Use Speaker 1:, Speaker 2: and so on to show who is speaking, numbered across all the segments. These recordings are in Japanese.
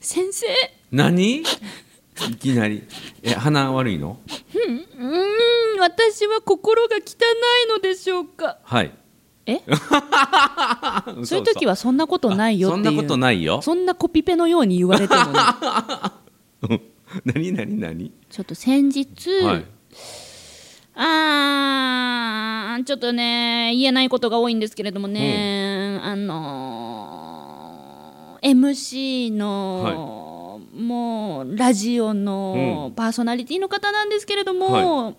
Speaker 1: 先生
Speaker 2: 何いきなりえ鼻悪いの
Speaker 1: うーん私は心が汚いのでしょうか
Speaker 2: はい
Speaker 1: えそういう時
Speaker 2: は
Speaker 1: はそんなことないよって
Speaker 2: そ
Speaker 1: い
Speaker 2: ん
Speaker 1: う
Speaker 2: なことないよ
Speaker 1: そんなコピペのように言われてもね
Speaker 2: 何何何
Speaker 1: ちょっと先日、
Speaker 2: はい
Speaker 1: あーちょっとね言えないことが多いんですけれどもね、あのー MC の、もうラジオのパーソナリティの方なんですけれども、
Speaker 2: は
Speaker 1: う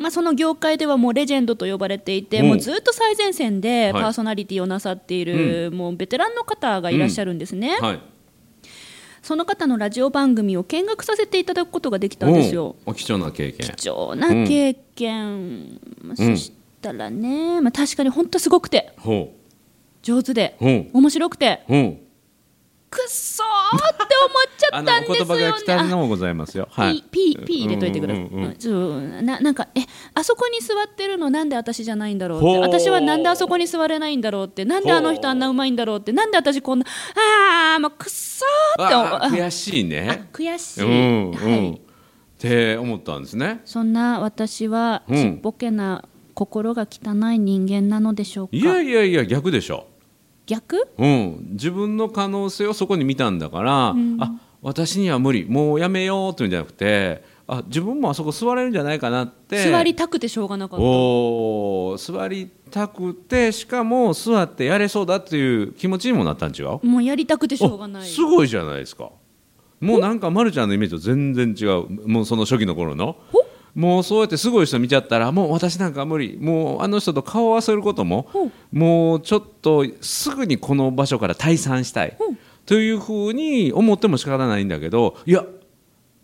Speaker 1: んまあ、その業界ではもうレジェンドと呼ばれていて、
Speaker 2: うん
Speaker 1: もうずっと最前線でパ
Speaker 2: はい
Speaker 1: ーソナリティをなさっている、もうベテランの方がいらっしゃるんですね、
Speaker 2: はい
Speaker 1: その方のラジオ番組を見学させていただくことができたんですよ。
Speaker 2: おうお貴重な経験
Speaker 1: 貴重な経験、まあそしたらね、まあ、確かに本当すごくて
Speaker 2: ほ
Speaker 1: 上手で
Speaker 2: うほ
Speaker 1: 面白くて
Speaker 2: うほう
Speaker 1: くっそーって思っちゃ
Speaker 2: あ
Speaker 1: っ
Speaker 2: の
Speaker 1: たん
Speaker 2: お
Speaker 1: です
Speaker 2: 言
Speaker 1: よ
Speaker 2: 葉が
Speaker 1: ね
Speaker 2: 汚いのもございますよ
Speaker 1: あ
Speaker 2: はい
Speaker 1: P, P, P 入れといてください、
Speaker 2: うんうんうん
Speaker 1: ちょっとななんかえあそこに座ってるのなんで私じゃないんだろうっ
Speaker 2: ほ
Speaker 1: て
Speaker 2: う
Speaker 1: 私はなんであそこに座れないんだろうってなんであの人あんなうまいんだろうってなんで私こんなあーもうくっそーって思う
Speaker 2: あー悔しい
Speaker 1: あ
Speaker 2: ね
Speaker 1: 悔しい、
Speaker 2: うんう
Speaker 1: はい
Speaker 2: んって思ったんですね
Speaker 1: そんな私は
Speaker 2: うん
Speaker 1: ちっぽけな心が汚い人間なのでしょうか、
Speaker 2: いやいやいや逆でしょ
Speaker 1: 逆
Speaker 2: うん、自分の可能性をそこに見たんだから、あ私には無理もうやめようというんじゃなくてあ自分もあそこ座れるんじゃないかなって
Speaker 1: 座りたくてしょうがなかった
Speaker 2: おー座りたくてしかも座ってやれそうだっていう気持ちにもなったん違う
Speaker 1: もうやりたくてしょうがな
Speaker 2: お
Speaker 1: い
Speaker 2: すごいじゃないですかもうなんかまるちゃんのイメージと全然違うもうその初期の頃のもうそうやってすごい人見ちゃったらもう私なんか無理もうあの人と顔を合わせることも
Speaker 1: ほう
Speaker 2: もうちょっとすぐにこの場所から退散したい
Speaker 1: うん
Speaker 2: というふうに思っても仕方ないんだけどいや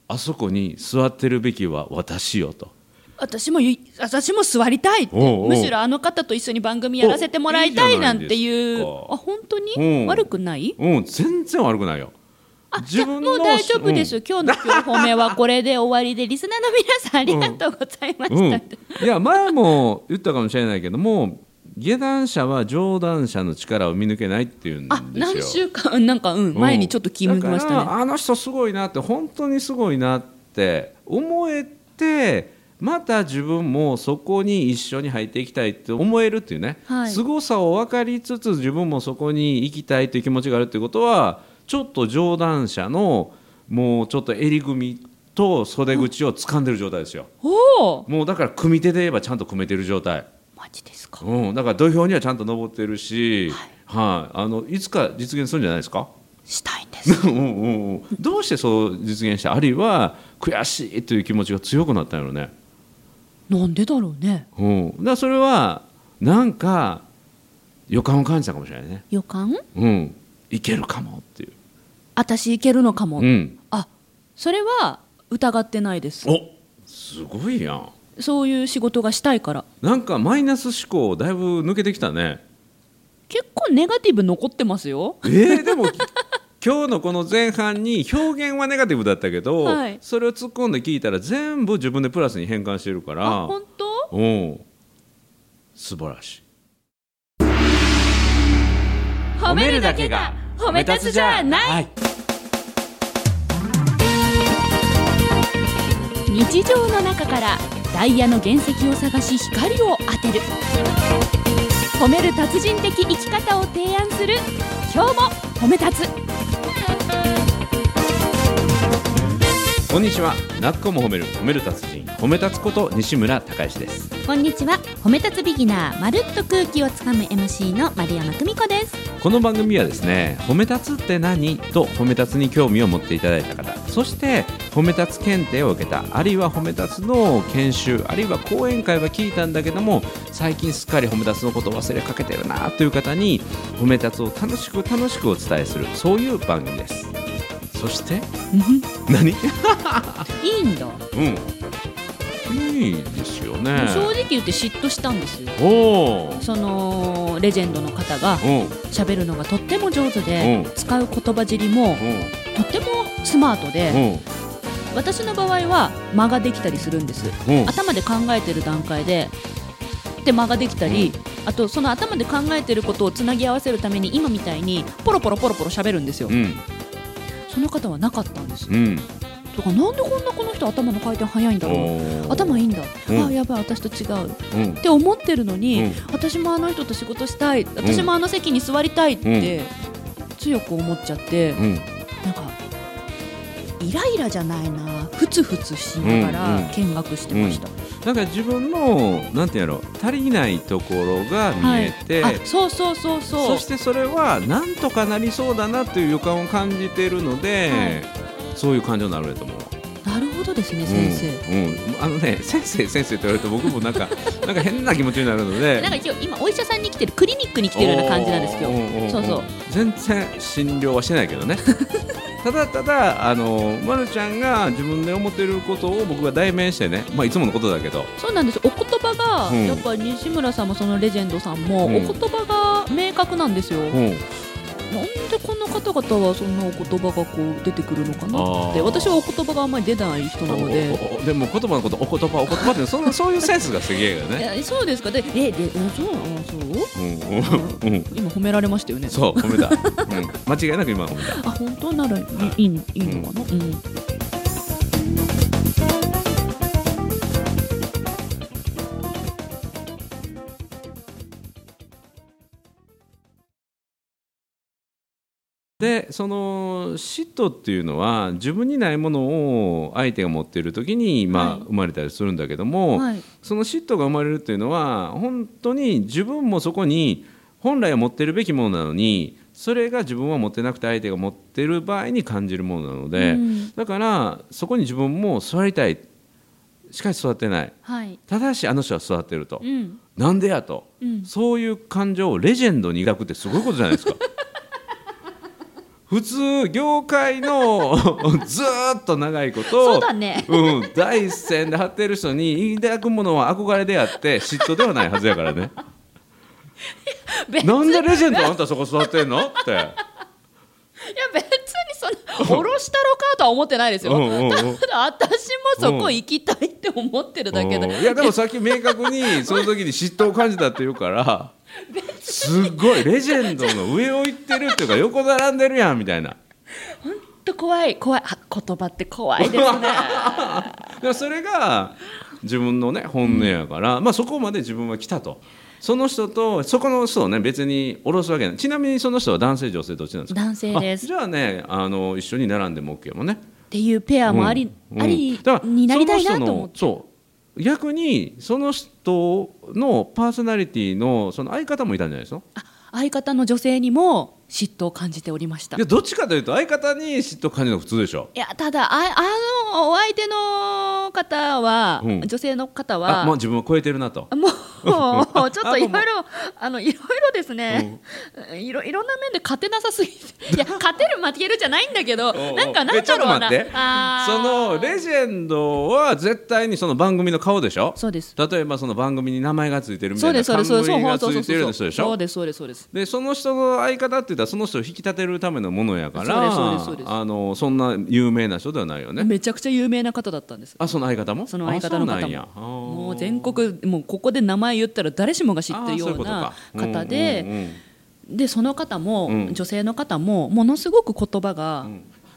Speaker 2: あそこに座ってるべきは私よと
Speaker 1: 私もい私も座りたいって
Speaker 2: おうおう
Speaker 1: むしろあの方と一緒に番組やらせてもらいたいなんていう
Speaker 2: おいいじゃないですか
Speaker 1: あ本当に、
Speaker 2: うん
Speaker 1: 悪くない
Speaker 2: うん全然悪くないよ
Speaker 1: あじ
Speaker 2: 自
Speaker 1: ゃあも
Speaker 2: 分の
Speaker 1: う大丈夫です、
Speaker 2: うん
Speaker 1: 今日の今日褒めはこれで終わりでリスナーの皆さんありがとうございました、
Speaker 2: うん、いや前も言ったかもしれないけども下段者は上段者の力を見抜けないっていうんで
Speaker 1: あ何
Speaker 2: す
Speaker 1: 週
Speaker 2: よ。
Speaker 1: 間うんなんかうん前にちょっと気
Speaker 2: う
Speaker 1: 向
Speaker 2: ん
Speaker 1: きました
Speaker 2: だか
Speaker 1: ね
Speaker 2: らあの人すごいなって本当にすごいなって思えてまた自分もそこに一緒に入っていきたいって思えるっていうね、
Speaker 1: はい
Speaker 2: すごさを分かりつつ自分もそこに行きたいという気持ちがあるっていうことはちょっと上段者のもうちょっと襟組と袖口を掴んでる状態ですよ。
Speaker 1: おお
Speaker 2: もうだから組手で言えばちゃんと組めてる状態、
Speaker 1: マジですか
Speaker 2: うん、だから土俵にはちゃんと登ってるし、はいあのいつか実現するんじゃないですか
Speaker 1: したいんです
Speaker 2: うんうんうんどうしてそう実現したあるいは悔しいという気持ちが強くなったんやろね、
Speaker 1: なんでだろうね
Speaker 2: うん、だからそれはなんか予感を感じたかもしれないね、
Speaker 1: 予感
Speaker 2: うん、いけるかもっていう、
Speaker 1: 私いけるのかも、
Speaker 2: うん、
Speaker 1: あそれは疑ってないです
Speaker 2: おすごいやん
Speaker 1: そういう仕事がしたいから
Speaker 2: なんかマイナス思考だいぶ抜けてきたね
Speaker 1: 結構ネガティブ残ってますよ
Speaker 2: えーでも 今日のこの前半に表現はネガティブだったけど、
Speaker 1: はい
Speaker 2: それを突っ込んで聞いたら全部自分でプラスに変換してるか
Speaker 1: あ
Speaker 2: ら
Speaker 1: 本当
Speaker 2: うん素晴らしい
Speaker 1: 褒めるだけが褒め立つじゃない、
Speaker 2: はい
Speaker 1: 日常の中からダイヤの原石を探し光を当てる褒める達人的生き方を提案する今日も褒め立つ
Speaker 2: こんにちはなっこも褒める褒める達人褒め立つこと西村孝之です
Speaker 1: こんにちは褒め立つビギナーまるっと空気をつかむ MC の丸山久美子です
Speaker 2: この番組はですね褒め立つって何と褒め立つに興味を持っていただいた方そして褒め立つ検定を受けたあるいは褒め立つの研修あるいは講演会は聞いたんだけども最近すっかり褒め立つのことを忘れかけてるなという方に褒め立つを楽しく楽しくお伝えするそういう番組ですそして何
Speaker 1: いいんだ、
Speaker 2: うんいいですよね
Speaker 1: 正直言って嫉妬したんですよ
Speaker 2: おお
Speaker 1: そのレジェンドの方が
Speaker 2: うんうん
Speaker 1: 喋るのがとっても上手で、
Speaker 2: うん
Speaker 1: 使う言葉尻もとってもスマートで、
Speaker 2: うん
Speaker 1: 私の場合は間ができたりするんです、
Speaker 2: うん
Speaker 1: 頭で考えてる段階でで間ができたり、あとその頭で考えてることをつなぎ合わせるために今みたいにポロポロポロポロ喋るんですよ、
Speaker 2: うん
Speaker 1: その方はなかったんです
Speaker 2: う。ん
Speaker 1: とかなんでこんなこの人頭の回転早いんだろう。頭い
Speaker 2: い
Speaker 1: いんだ、
Speaker 2: うん
Speaker 1: あやばい私と違うっ
Speaker 2: うん
Speaker 1: て思ってるのに、
Speaker 2: うん
Speaker 1: 私もあの人と仕事したい私もあの席に座りたいって強く思っちゃって、
Speaker 2: うん
Speaker 1: なんかイライラじゃないなふつふつしなが
Speaker 2: うんうん
Speaker 1: ら見学してました、
Speaker 2: なんか自分のなんていうんやろ足りないところが見えて、
Speaker 1: あそうそうそうそ
Speaker 2: そうしてそれはなんとかなりそうだなという予感を感じているので、そういう感情になると思う。
Speaker 1: なるほどですね先生、
Speaker 2: うん、うん、あのね先生先生って言われると僕もなんかなんか変な気持ちになるので
Speaker 1: なんか今日今お医者さんに来てるクリニックに来てるような感じなんですけど
Speaker 2: おーおーおー
Speaker 1: そうそう
Speaker 2: 全然診療はしてないけど ねただただあの、ま、るちゃんが自分で思ってることを僕が代弁してね、まあ、いつものことだけど
Speaker 1: そうなんですお言葉が、
Speaker 2: うん
Speaker 1: やっぱ西村さんもそのレジェンドさんも、
Speaker 2: うん
Speaker 1: お言葉が明確なんですよ、なんで
Speaker 2: ん
Speaker 1: この方々はそんなお言葉がこう出てくるのかなって
Speaker 2: あー
Speaker 1: 私はお言葉があんまり出ない人なので
Speaker 2: おおおでも言葉のことお言葉お言葉ってそのそういうセンスがすげえよ ね、
Speaker 1: えそうですかでえでえそうあそう
Speaker 2: うんうんうん、
Speaker 1: 今褒められましたよね
Speaker 2: そう褒めた、うん、間違いなく今褒めた
Speaker 1: あ本当ならいいいいいいのかな、うん
Speaker 2: でその嫉妬っていうのは自分にないものを相手が持っている時に、まあ
Speaker 1: はい
Speaker 2: 生まれたりするんだけども、
Speaker 1: はい
Speaker 2: その嫉妬が生まれるっていうのは本当に自分もそこに本来は持ってるべきものなのにそれが自分は持ってなくて相手が持ってる場合に感じるものなので、
Speaker 1: うん
Speaker 2: だからそこに自分も座りたいしかし座ってない
Speaker 1: はい
Speaker 2: ただしあの人は座ってると、
Speaker 1: うん
Speaker 2: なんでやと
Speaker 1: うん
Speaker 2: そういう感情をレジェンドに抱くってすごいことじゃない ですか。普通業 界のずーっと長いこ
Speaker 1: そう
Speaker 2: と
Speaker 1: だ ね
Speaker 2: うん、第一線で張ってる人に抱くものは憧れであって嫉妬ではないはずやからね
Speaker 1: 別に
Speaker 2: なんでレジェンドあんたそこ座ってんのって
Speaker 1: いや別 にそのおろしたろかとは思ってないですよ、
Speaker 2: うんうんうん
Speaker 1: ただ私もそこ行きたいって思ってるだけで、
Speaker 2: うんいやでもさっき明確にその時に嫉妬を感じたっていうからすっごいレジェンドの上を行ってるっていうか横並んでるやんみたいな
Speaker 1: ほんと怖い怖いあ言葉って怖いです ね
Speaker 2: でもそれが自分のね本音やから、まあ、そこまで自分は来たとその人とそこの人をね別に下ろすわけないちなみにその人は男性女性どっちなんですか
Speaker 1: 男性です
Speaker 2: あじゃあねあの一緒に並んでも OK もね
Speaker 1: っていうペアもあり、
Speaker 2: うん
Speaker 1: あり
Speaker 2: だから
Speaker 1: になりたいなと思って
Speaker 2: その人のそう逆にその人のパーソナリティのその相方もいたんじゃないですか
Speaker 1: あ相方の女性にも嫉妬を感じておりました
Speaker 2: いやどっちかというと相方に嫉妬感じるのが普通でしょ
Speaker 1: いやただああのお相手の方は、
Speaker 2: うん
Speaker 1: 女性の方は
Speaker 2: あもう自分を超えてるなと
Speaker 1: も うちょっといろいろあのいろいろですね、いろいろんな面で勝てなさすぎていや勝てる負けるじゃないんだけど
Speaker 2: おうおう
Speaker 1: なんかな
Speaker 2: え
Speaker 1: んだろうな
Speaker 2: ちょっと待って
Speaker 1: あ
Speaker 2: そ
Speaker 1: ー
Speaker 2: のレジェンドは絶対にその番組の顔でしょ
Speaker 1: そうです
Speaker 2: 例えばその番組に名前がついてるみ
Speaker 1: そ
Speaker 2: た
Speaker 1: うで
Speaker 2: いな
Speaker 1: すそうですそうです
Speaker 2: 冠がつ
Speaker 1: そう
Speaker 2: いてるような
Speaker 1: です
Speaker 2: 人
Speaker 1: そう
Speaker 2: で
Speaker 1: です
Speaker 2: しょ
Speaker 1: そうですそうですそうです
Speaker 2: でその人の相方って言ったらその人を引き立てるためのものやか
Speaker 1: そうですそうですそうです
Speaker 2: らあのそんな有名な人ではないよね
Speaker 1: めちゃくちゃ有名な方だったんです
Speaker 2: あその相方も
Speaker 1: その相方の
Speaker 2: あそう
Speaker 1: 方
Speaker 2: なんや
Speaker 1: も
Speaker 2: あー
Speaker 1: もう全国もうここで名前言ったら誰しもが知ってるような
Speaker 2: あーそういうことか
Speaker 1: 方で
Speaker 2: うんうんうん
Speaker 1: でその方も、
Speaker 2: うん
Speaker 1: 女性の方もものすごく言葉が、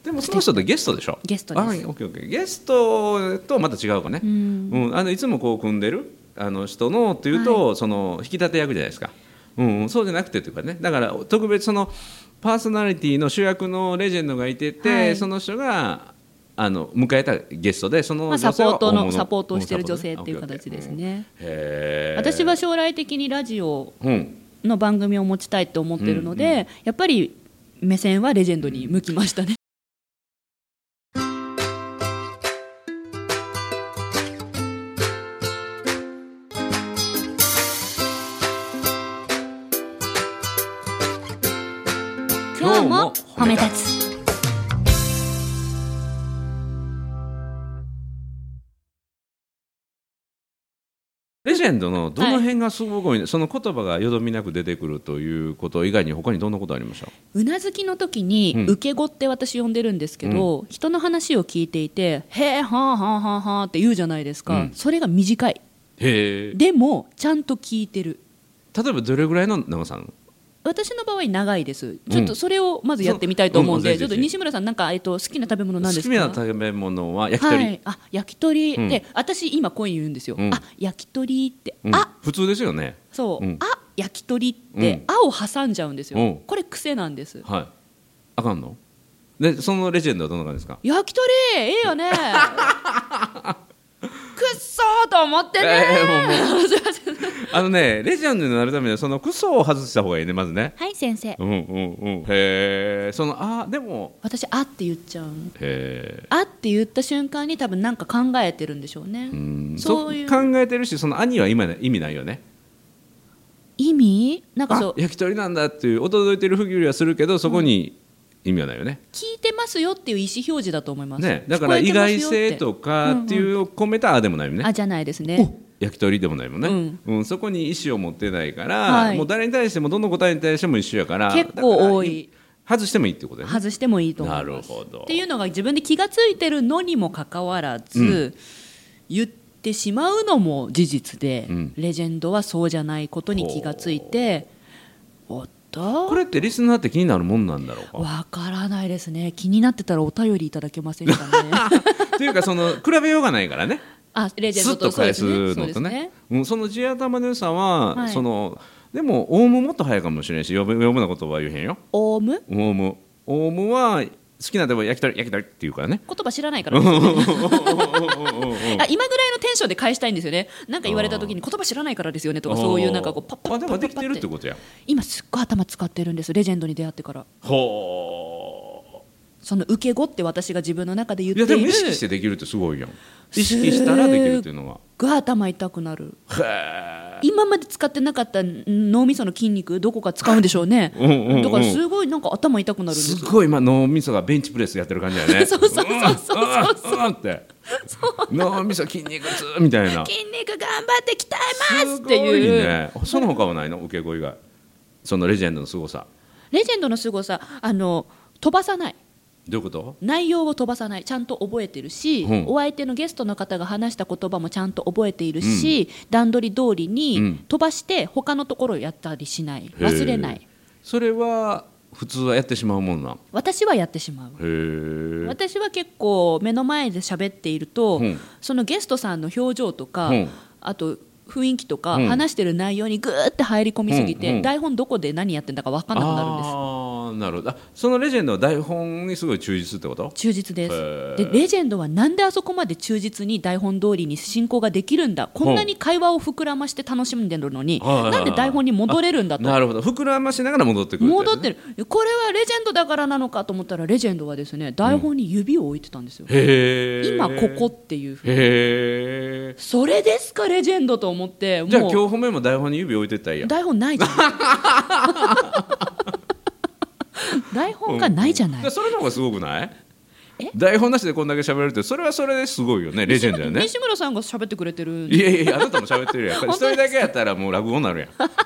Speaker 2: でもその人ってゲストでしょ
Speaker 1: ゲストです
Speaker 2: あオッケーオッケーゲストとまた違うかね、
Speaker 1: うん
Speaker 2: うんあのいつもこう組んでるあの人のっていうと、その引き立て役じゃないですか、うんうん、そうじゃなくてっていうかねだから特別そのパーソナリティの主役のレジェンドがいてて、
Speaker 1: はい
Speaker 2: その人があの迎えたゲストでその
Speaker 1: まあ、
Speaker 2: 女性
Speaker 1: サ
Speaker 2: は
Speaker 1: ポート
Speaker 2: 大
Speaker 1: の
Speaker 2: 物
Speaker 1: サポートをしてる女性っていう
Speaker 2: 大物ね
Speaker 1: 形です
Speaker 2: オッケーオッケー
Speaker 1: ね、
Speaker 2: うんへー
Speaker 1: 私は将来的にラジオ
Speaker 2: うん
Speaker 1: の番組を持ちたいと思ってるので、
Speaker 2: うん
Speaker 1: やっぱり目線はレジェンドに向きましたね。
Speaker 2: 今日も褒め
Speaker 1: 立つ
Speaker 2: レジェンドのどの辺がすごい、その言葉がよどみなく出てくるということ以外に他にどんなことありました
Speaker 1: うなずきの時
Speaker 2: う
Speaker 1: に
Speaker 2: ん
Speaker 1: 受け子って私呼んでるんですけど、人の話を聞いていて「へえはあはあはあはあ」って言うじゃないですか、
Speaker 2: うん
Speaker 1: それが短い
Speaker 2: へえ
Speaker 1: でもちゃんと聞いてる
Speaker 2: 例えばどれぐらいの長さなの
Speaker 1: 私の場合長いですちょっとそれをまずやってみたいと思うんで、
Speaker 2: うんそううん
Speaker 1: ちょっと西村さんなんか、えっと、好きな食べ物なん
Speaker 2: 好
Speaker 1: です
Speaker 2: き
Speaker 1: か
Speaker 2: な食べ物は焼き
Speaker 1: は
Speaker 2: 鳥、
Speaker 1: い、あ焼き鳥、
Speaker 2: うん
Speaker 1: で私今声言うんですよ、
Speaker 2: うん
Speaker 1: あ焼き鳥って、
Speaker 2: うん
Speaker 1: あ
Speaker 2: 普通ですよね
Speaker 1: そう、
Speaker 2: うん
Speaker 1: あ焼き鳥って、あを挟んじゃうんですよ、
Speaker 2: うん
Speaker 1: これ癖なんです
Speaker 2: はいあかんのでそのレジェンドはどんな感じですか
Speaker 1: 焼き鳥いいよ ねくっそーと思ってね、
Speaker 2: えー
Speaker 1: すいません
Speaker 2: あのねレジェンドになるためにはそのクソを外した方がいいねまずね
Speaker 1: はい先生
Speaker 2: うんうんうんへえそのあでも
Speaker 1: 私あって言っちゃうの
Speaker 2: へ
Speaker 1: あって言った瞬間に多分なんか考えてるんでしょうね、
Speaker 2: えうん
Speaker 1: そういう
Speaker 2: 考えてるしその兄は今ね意味ないよね
Speaker 1: 意味なんかそ
Speaker 2: あ
Speaker 1: う
Speaker 2: 焼き鳥なんだっていう驚いてるふぎりはするけどそこに意味はないよね、
Speaker 1: 聞いてますよっていう意思表示だと思います、
Speaker 2: ね、だから
Speaker 1: 聞こ
Speaker 2: 意
Speaker 1: えてますよ
Speaker 2: 外性
Speaker 1: って
Speaker 2: とかっていうを込めたあでもないよね
Speaker 1: あじゃないですね
Speaker 2: 焼き鳥でもないもんね、
Speaker 1: うん
Speaker 2: うんそこに意思を持ってないから、
Speaker 1: はい
Speaker 2: もう誰に対してもどの答えに対しても一緒やから
Speaker 1: 結構多い
Speaker 2: だから外してもいいってことだよね
Speaker 1: 外してもいいと思います
Speaker 2: なるほど
Speaker 1: っていうのが自分で気がついてるのにもかかわらず、
Speaker 2: うん
Speaker 1: 言ってしまうのも事実で、
Speaker 2: うん
Speaker 1: レジェンドはそうじゃないことに気がついておっ
Speaker 2: ことれってリスナーって気になるもんなんだろ うか
Speaker 1: わからないですね気になってたらお便りいただけませんかね
Speaker 2: っていうかその比べようがないからね
Speaker 1: あレジェ
Speaker 2: ス
Speaker 1: ン
Speaker 2: ッ
Speaker 1: ドと
Speaker 2: と
Speaker 1: そうで
Speaker 2: 返
Speaker 1: すねそ
Speaker 2: すの
Speaker 1: うで
Speaker 2: と
Speaker 1: す
Speaker 2: ね
Speaker 1: ね
Speaker 2: うん、その地頭の良さは、
Speaker 1: はい
Speaker 2: そのでもオウムもっと早いかもしれないし読む読むなことは言えへんよ
Speaker 1: オウム
Speaker 2: オウムオウムは好きなでも焼き鳥焼き鳥って言うからね
Speaker 1: 言葉知らないからですね、あ今ぐらいのテンションで返したいんですよねなんか言われた時に言葉知らないからですよねとかそういうなんかこうパッパ
Speaker 2: あ
Speaker 1: ッパッパ
Speaker 2: でも
Speaker 1: ッパ
Speaker 2: で
Speaker 1: ッ
Speaker 2: き
Speaker 1: パ
Speaker 2: て
Speaker 1: ッ
Speaker 2: るっ
Speaker 1: って
Speaker 2: てことや
Speaker 1: 今すっごい頭使ってるんですレジェンドに出会ってから
Speaker 2: ほう
Speaker 1: その受け子って私が自分の中で言っ
Speaker 2: い
Speaker 1: てい
Speaker 2: や
Speaker 1: る
Speaker 2: でも意識してできるってすごいやん意識したらできるっていうの
Speaker 1: が頭痛くなる
Speaker 2: がへ
Speaker 1: 今まで使ってなかった脳みその筋肉どこか使うんでしょうね
Speaker 2: うんうんうん
Speaker 1: だからすごいなんか頭痛くなるんで
Speaker 2: え
Speaker 1: す
Speaker 2: す
Speaker 1: よ
Speaker 2: ごい今脳みそがベンチプレスやってる感じだよね
Speaker 1: そうそうそうそうそう
Speaker 2: そううんうんって脳みそ筋肉痛みたいな
Speaker 1: 筋肉頑張って鍛えます
Speaker 2: す
Speaker 1: っ
Speaker 2: ご
Speaker 1: て
Speaker 2: い
Speaker 1: いう
Speaker 2: ねその他はないの受け子以外そのレジェンドの凄さ
Speaker 1: レジェンドの凄さあの飛ばさない
Speaker 2: どういうこと
Speaker 1: 内容を飛ばさないちゃんと覚えてるし、
Speaker 2: うん
Speaker 1: お相手のゲストの方が話した言葉もちゃんと覚えているし、段取り通りに飛ばして他のところをやったりしない忘れな
Speaker 2: へ
Speaker 1: い
Speaker 2: それは普通はやってしまうもんなんへ
Speaker 1: 私はやってしまう
Speaker 2: え
Speaker 1: 私は結構目の前で喋っていると、
Speaker 2: うん
Speaker 1: そのゲストさんの表情とか、
Speaker 2: うん
Speaker 1: あと雰囲気とか、
Speaker 2: うん
Speaker 1: 話してる内容にぐーって入り込みすぎて、
Speaker 2: うんうん
Speaker 1: 台本どこで何やってんだか分かんなくなるんです
Speaker 2: ああなるほどあそのレジェンドは台本にすごい忠実ってこと
Speaker 1: 忠実で
Speaker 2: へ
Speaker 1: す
Speaker 2: ー
Speaker 1: でレジェンドはなんであそこまで忠実に台本通りに進行ができるんだこんなに会話を膨らまして楽しんでるのに
Speaker 2: はいはいはい
Speaker 1: なんで台本に戻れるんだと
Speaker 2: なるほど膨らましながら戻ってくるってやつね
Speaker 1: 戻ってるこれはレジェンドだからなのかと思ったらレジェンドはですね台本に指を置いてたんですよ、
Speaker 2: へえ
Speaker 1: 今ここっていうふうに
Speaker 2: へえ
Speaker 1: それですかレジェンドと思ってもう
Speaker 2: じゃあ今日褒めも台本に指置いてったらいいやん
Speaker 1: 台本ないじゃ ない台本がないじゃない、
Speaker 2: うんそれの方がすごくない
Speaker 1: え
Speaker 2: 台本なしでこんだけ喋れるってそれはそれですごいよねレジェンドだよね
Speaker 1: 西村さんが喋ってくれてる
Speaker 2: いやいやいやあなたも喋ってるやん一
Speaker 1: 本当
Speaker 2: 人
Speaker 1: です
Speaker 2: だけやったらもう落語に なる
Speaker 1: 漫談
Speaker 2: やん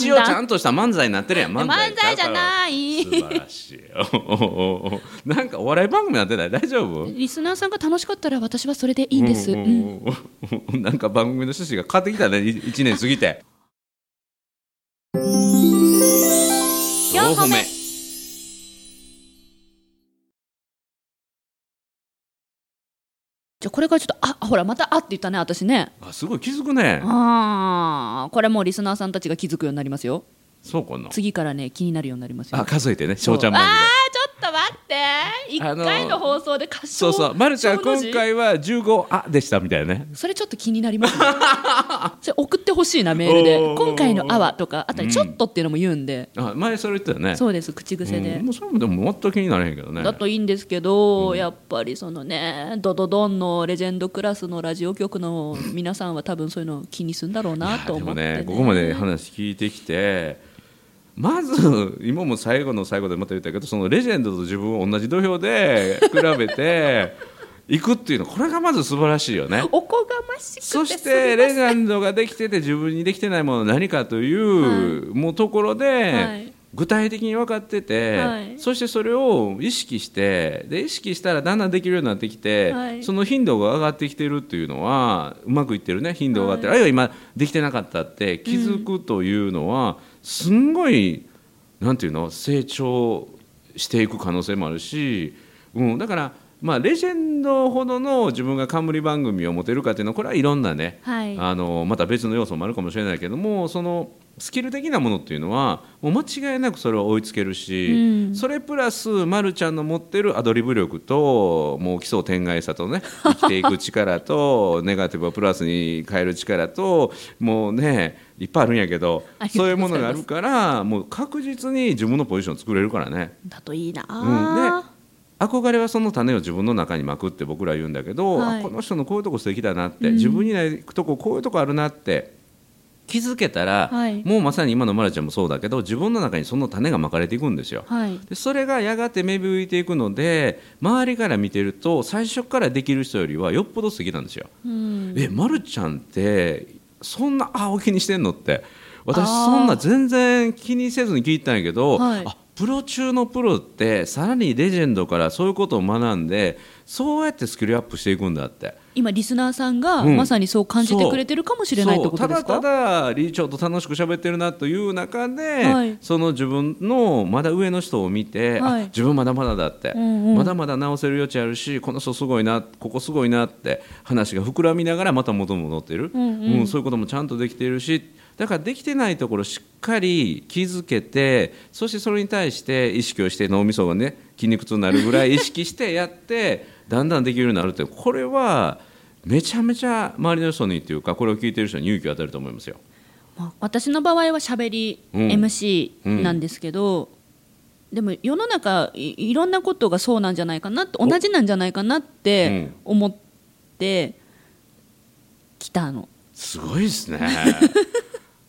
Speaker 2: 一応ちゃんとした漫才になってるやん漫才
Speaker 1: 漫才じゃ
Speaker 2: い
Speaker 1: ない
Speaker 2: 素晴らしいおおおおなんかお笑い番組やってない大丈夫
Speaker 1: リスナーさんが楽しかったら私はそれでいいです、
Speaker 2: うんうんうんうんなんか番組の趣旨が変わってきたねい一年過ぎて
Speaker 1: 四歩目じゃあこれからちょっとあほらまた「あ」って言ったね私ね
Speaker 2: あすごい気づくね
Speaker 1: ああこれもうリスナーさんたちが気づくようになりますよ
Speaker 2: そうかな
Speaker 1: 次からね気になるようになりますよ
Speaker 2: あ数えてね翔ちゃん
Speaker 1: あ
Speaker 2: 番組
Speaker 1: ーちょっと待って
Speaker 2: あ
Speaker 1: 1
Speaker 2: の
Speaker 1: 回の放送で歌唱
Speaker 2: そうそう、ま、るちゃん
Speaker 1: 小の字
Speaker 2: 今回は15あでしたみたいなね
Speaker 1: それちょっと気になり ますねそれ送ってほしいなメールで
Speaker 2: おー
Speaker 1: 今回の「あわ」とかあとねちょっと」っていうのも言うんで、
Speaker 2: あ前それ言ってたよね
Speaker 1: そうです口癖で、
Speaker 2: うんもうそれもでも全く気にならへんけどね
Speaker 1: だといいんですけど、やっぱりそのねドドドンのレジェンドクラスのラジオ局の皆さんは多分そういうの気にするんだろう
Speaker 2: いや
Speaker 1: なと思って、
Speaker 2: でもねここまで話聞いてきてまず今も最後の最後でまた言ったけどそのレジェンドと自分を同じ土俵で比べ ていくっていうのこれがまず素晴らしいよね
Speaker 1: おこがましくて
Speaker 2: そし
Speaker 1: す
Speaker 2: てレジェンドができてて自分にできてないものは何かという、もうところで、
Speaker 1: はい
Speaker 2: 具体的に分かってて、
Speaker 1: はい
Speaker 2: そしてそれを意識してで意識したらだんだんできるようになってきて、
Speaker 1: はい
Speaker 2: その頻度が上がってきてるっていうのはうまくいってるね頻度が上がってる、あるいは今できてなかったって気づくというのは、すんごいなんていうの成長していく可能性もあるし、うん、だから、まあ、レジェンドほどの自分が冠番組を持てるかっていうのはこれはいろんなね、
Speaker 1: はい
Speaker 2: あのまた別の要素もあるかもしれないけどもそのスキル的なものっていうのはもう間違いなくそれを追いつけるし、
Speaker 1: うん
Speaker 2: それプラス、ま、るちゃんの持ってるアドリブ力ともう奇想天外さと ね生きていく力とネガティブをプラスに変える力ともうねいっぱいあるんやけど
Speaker 1: ありがとうございます
Speaker 2: そういうものがあるからもう確実に自分のポジション作れるからね。
Speaker 1: だといいなあ、
Speaker 2: うんで憧れはその種を自分の中にまくって僕ら言うんだけど、
Speaker 1: はい
Speaker 2: あこの人のこういうとこ素敵だなって、
Speaker 1: うん
Speaker 2: 自分にないとここういうとこあるなって気づけたら、
Speaker 1: はい
Speaker 2: もうまさに今のマラちゃんもそうだけど自分の中にその種がまかれていくんですよ。
Speaker 1: はい
Speaker 2: でそれがやがて芽吹いていくので周りから見てると最初からできる人よりはよっぽど素敵なんですよ。
Speaker 1: うん
Speaker 2: え、ま、るちゃんってそんな青気にしてんのって
Speaker 1: あー
Speaker 2: 私そんな全然気にせずに聞いてたんやけど、
Speaker 1: はい
Speaker 2: あプロ中のプロってさらにレジェンドからそういうことを学んでそうやってスキルアップしていくんだって。
Speaker 1: 今リスナーさんが
Speaker 2: うん
Speaker 1: まさにそう感じてくれてるかもしれないってことです
Speaker 2: そ
Speaker 1: か、
Speaker 2: うただただ理事長と楽しく喋ってるなという中で、
Speaker 1: はい
Speaker 2: その自分のまだ上の人を見て、
Speaker 1: はい
Speaker 2: あ自分まだまだだって、
Speaker 1: うんうん
Speaker 2: まだまだ直せる余地あるしこの人すごいなここすごいなって話が膨らみながらまた元に戻ってる、
Speaker 1: うんうん
Speaker 2: そういうこともちゃんとできているしだからできてないところしっかり気づけてそしてそれに対して意識をして脳みそがね筋肉痛になるぐ らい意識してやってだんだんできるようになるってこれはめちゃめちゃ周りの人にっていうかこれを聞いてる人に勇気を与えると思いますよ。
Speaker 1: まあ私の場合はしゃべり
Speaker 2: うん
Speaker 1: MC なんですけど、でも世の中いいろんなことがそうなんじゃないかなって同じなんじゃないかなって思ってきたの、
Speaker 2: すごい ですね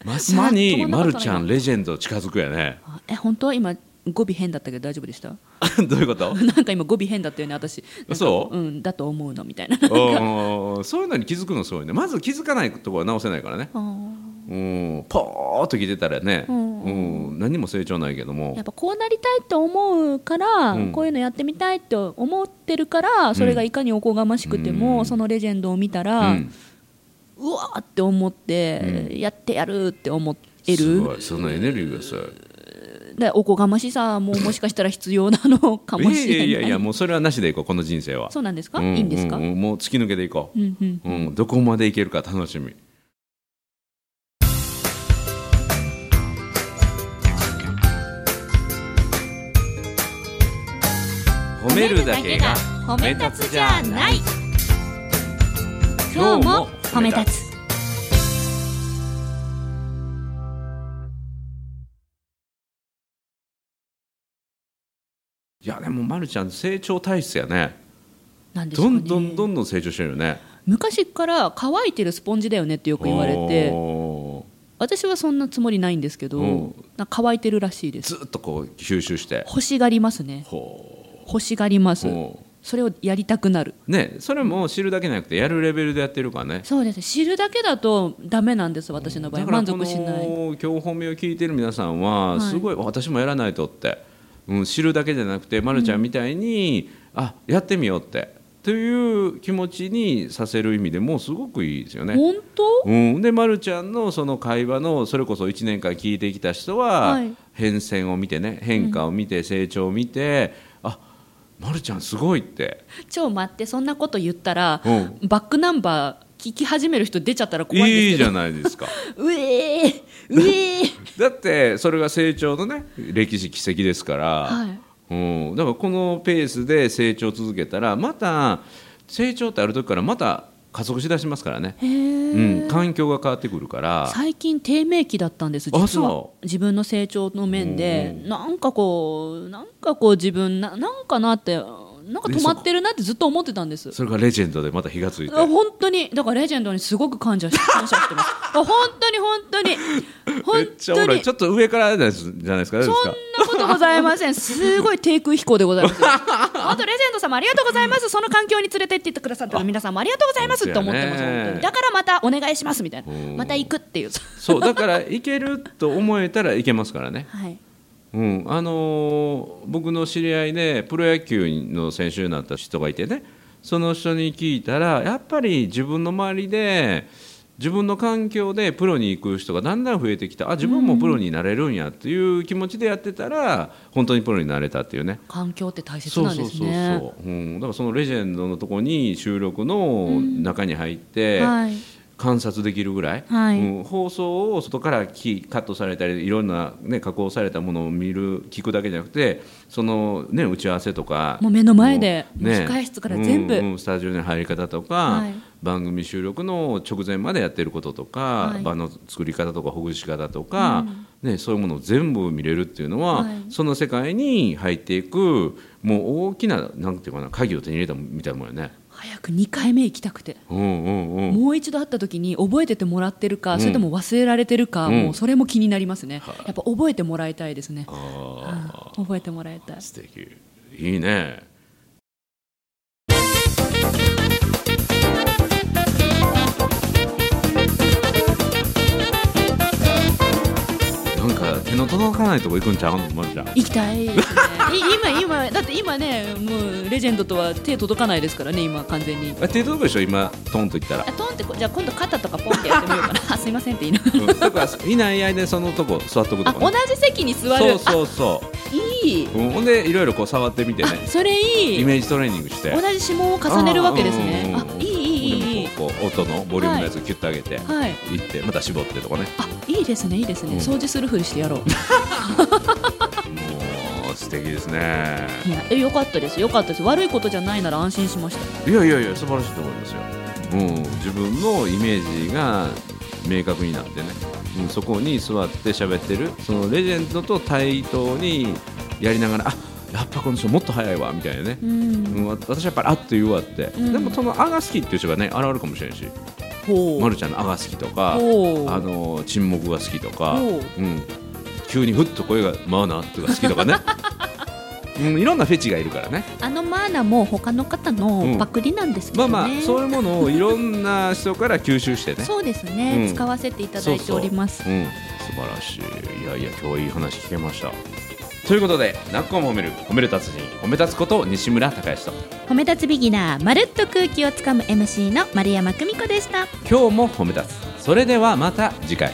Speaker 2: まさに
Speaker 1: ま
Speaker 2: ま
Speaker 1: ともな
Speaker 2: る
Speaker 1: こと
Speaker 2: ちゃんレジェンド近づくやね
Speaker 1: あえ本当は今語尾変だったけど大丈夫でした
Speaker 2: どういうこ と
Speaker 1: なんか今語尾変だったよね私なんか
Speaker 2: そう
Speaker 1: うん、だと思うのみたいな
Speaker 2: うんそういうのに気づくのすごいねまず気づかないところは直せないからね
Speaker 1: あー
Speaker 2: うん、ポーっと聞いてたらね、う
Speaker 1: うんん
Speaker 2: 何も成長ないけども
Speaker 1: やっぱこうなりたいと思うから、
Speaker 2: うん
Speaker 1: こういうのやってみたいと思ってるからそれがいかにおこがましくても、
Speaker 2: うん
Speaker 1: そのレジェンドを見た
Speaker 2: う
Speaker 1: ら、
Speaker 2: ん、
Speaker 1: うわーって思って、
Speaker 2: うん
Speaker 1: やってやるって思え
Speaker 2: す
Speaker 1: る
Speaker 2: ごいそのエネルギーがすごい
Speaker 1: でおこがましさももしかしたら必要なのかもしれない
Speaker 2: いやいやいやもうそれはなしでいこうこの人生は
Speaker 1: そうなんですか、
Speaker 2: ううう
Speaker 1: いいんですか、うん
Speaker 2: もう突き抜けていこ
Speaker 1: うん
Speaker 2: う、うん、どこまでいけるか楽しみ褒めるだけが
Speaker 1: 褒
Speaker 2: め立つじゃない今日も褒め立
Speaker 1: つ
Speaker 2: いやでもまるちゃん成長体質やね
Speaker 1: なんですか
Speaker 2: ど
Speaker 1: ね
Speaker 2: んどんどんどん成長してるよね
Speaker 1: 昔から乾いてるスポンジだよねってよく言われて
Speaker 2: おー
Speaker 1: 私はそんなつもりないんですけど
Speaker 2: うん
Speaker 1: なんか乾いてるらしいです
Speaker 2: ずっとこう吸収して
Speaker 1: 欲しがりますね
Speaker 2: ほ
Speaker 1: 欲しがります
Speaker 2: ほ
Speaker 1: それをやりたくなる
Speaker 2: うねそれも知るだけじゃなくてやるレベルでやってるからね
Speaker 1: そうです知るだけだとダメなんです私の場合
Speaker 2: だから
Speaker 1: 満
Speaker 2: この
Speaker 1: 足しない
Speaker 2: 今日本名を聞いてる皆さんは
Speaker 1: はい
Speaker 2: すごい、私もやらないとって、うん、知るだけじゃなくて、ま、るちゃんみたいに、あやってみようってという気持ちにさせる意味でもすごくいいですよね。
Speaker 1: 本当
Speaker 2: うん、で、ま、るちゃんのその会話のそれこそ1年間聞いてきた人は、
Speaker 1: はい
Speaker 2: 変遷を見てね変化を見て成長を見て、あまるちゃんすごいって
Speaker 1: ちょ待ってそんなこと言ったら、
Speaker 2: う
Speaker 1: バックナンバー聞き始める人出ちゃったら怖いん
Speaker 2: い
Speaker 1: で
Speaker 2: い
Speaker 1: すけ
Speaker 2: じ
Speaker 1: ど
Speaker 2: ゃないですか
Speaker 1: うえーうえ ー
Speaker 2: だってそれが成長のね歴史奇跡ですから、
Speaker 1: はい
Speaker 2: うん、だからこのペースで成長を続けたらまた成長ってある時からまた加速しだしますからね、
Speaker 1: へー
Speaker 2: うん、環境が変わってくるから
Speaker 1: 最近低迷期だったんです
Speaker 2: あ
Speaker 1: 実は
Speaker 2: そ
Speaker 1: 自分の成長の面で
Speaker 2: う
Speaker 1: なんかこうなんかこう自分ななんかなってなんか止まってるなってずっと思ってたんです
Speaker 2: それがレジェンドでまた火がついて
Speaker 1: あ本当にだからレジェンドにすごく感謝し感謝してます あ本当に本当に
Speaker 2: め
Speaker 1: 本
Speaker 2: っちゃおも
Speaker 1: 当
Speaker 2: ろい
Speaker 1: に
Speaker 2: ちょっと上からですじゃないですか大丈夫
Speaker 1: そん
Speaker 2: で
Speaker 1: な
Speaker 2: すか
Speaker 1: ことございませ ん。すごい低空飛行でございます。本当レジェンド様ありがとうございます。その環境に連れてってくださった皆さんもありがとうございますと思ってます。
Speaker 2: そうやね
Speaker 1: 本当にだからまたお願いしますみたいな
Speaker 2: うん。
Speaker 1: また行くっていう。
Speaker 2: そうだからいけると思えたらいけますからね、
Speaker 1: はい。
Speaker 2: うんあのー僕の知り合いでプロ野球の選手になった人がいてねその人に聞いたらやっぱり自分の周りで自分の環境でプロに行く人がだんだん増えてきたあ自分もプロになれるんやっていう気持ちでやってたら本当にプロになれたっていうね
Speaker 1: 環境って大切
Speaker 2: そう
Speaker 1: なん
Speaker 2: そ
Speaker 1: で
Speaker 2: う
Speaker 1: す
Speaker 2: そう
Speaker 1: ね。
Speaker 2: そう、うん、だからそのレジェンドのとこに収録の中に入って
Speaker 1: はい。
Speaker 2: 観察できるぐらい、
Speaker 1: はい
Speaker 2: うん放送を外からきカットされたりいろんな、ね、加工されたものを見る聞くだけじゃなくてその、ね、打ち合わせとか
Speaker 1: もう目の前で
Speaker 2: もうね
Speaker 1: 控室から全部
Speaker 2: うんうんスタジオの入り方とか、
Speaker 1: はい
Speaker 2: 番組収録の直前までやってることとか、
Speaker 1: はい
Speaker 2: 場の作り方とかほぐし方とか、ね、そういうものを全部見れるっていうのは、
Speaker 1: はい
Speaker 2: その世界に入っていくもう大きななんていうかな鍵を手に入れたみたいなもんよね。
Speaker 1: 早く2回目行きたくて。
Speaker 2: うんうんうん、
Speaker 1: もう一度会った時に覚えててもらってるか、
Speaker 2: うん
Speaker 1: それとも忘れられてるか、
Speaker 2: うん
Speaker 1: もうそれも気になりますね、やっぱ覚えてもらいたいですね、
Speaker 2: あ
Speaker 1: うん覚えてもらいたい
Speaker 2: ー素敵いいね。なんか手の届かないとこ行くんちゃうのまるちゃん。
Speaker 1: 行きた いですねい今今だって今ねもうレジェンドとは手届かないですからね今完全に
Speaker 2: あ手届くでしょ今トンと行ったら
Speaker 1: あ。トンってこじゃあ今度肩とかポンってやってみようかな あすいませんって言いなが
Speaker 2: うんだからいない間にそのとこ座っとく
Speaker 1: ら
Speaker 2: と
Speaker 1: あ同
Speaker 2: か、ね。
Speaker 1: じ席に座
Speaker 2: そ
Speaker 1: る
Speaker 2: うそうそ。
Speaker 1: あいいう
Speaker 2: うん、ほんでいろいろこう触ってみてね
Speaker 1: あ。それい
Speaker 2: イ
Speaker 1: い
Speaker 2: メージトレーニングして。
Speaker 1: 同じ指紋を重ねるわけですね
Speaker 2: うんうん
Speaker 1: あ
Speaker 2: うんうん
Speaker 1: いいいいいいいい
Speaker 2: こう音のボリュームのやつキュッと上げて、
Speaker 1: はい
Speaker 2: 行ってまた絞ってとかね。
Speaker 1: あいいですねいいですね、
Speaker 2: うん
Speaker 1: 掃除するふりしてやろう
Speaker 2: もう素敵ですね。
Speaker 1: いやえよかったですよかったです悪いことじゃないなら安心しました
Speaker 2: いやいやいや素晴らしいと思いますよ。うん、自分のイメージが明確になってね、うん、そこに座って喋ってるそのレジェンドと対等にやりながらあやっぱこの人もっと早いわみたいなね、
Speaker 1: うん
Speaker 2: うん、わ私やっぱりあっと言うわって、
Speaker 1: ん
Speaker 2: でもその「あ」が好きっていう人がね現れるかもしれないし、
Speaker 1: ほ
Speaker 2: ま、るちゃんの「あ」が好きとか、
Speaker 1: ほう
Speaker 2: あの沈黙が好きとか、
Speaker 1: ほう
Speaker 2: うん、急にふっと声が「マーナ」とか好きとか ね、うん、いろんなフェチがいるからね。
Speaker 1: あのマーナも他の方
Speaker 2: うん
Speaker 1: のパクリなんですけ
Speaker 2: まあ
Speaker 1: どね、
Speaker 2: まあそういうものをいろんな人から吸収してね。
Speaker 1: そうですね、
Speaker 2: うん
Speaker 1: 使わせていただいております
Speaker 2: そうそううん、素晴らしい。いやいや今日いい話聞けました。ということで、なっこも褒める褒める達人褒め立つこと西村孝之と
Speaker 3: 褒め立つビギナーまるっと空気をつかむ MC の丸山久美子でした
Speaker 2: 今日も褒め立つ。それではまた次回。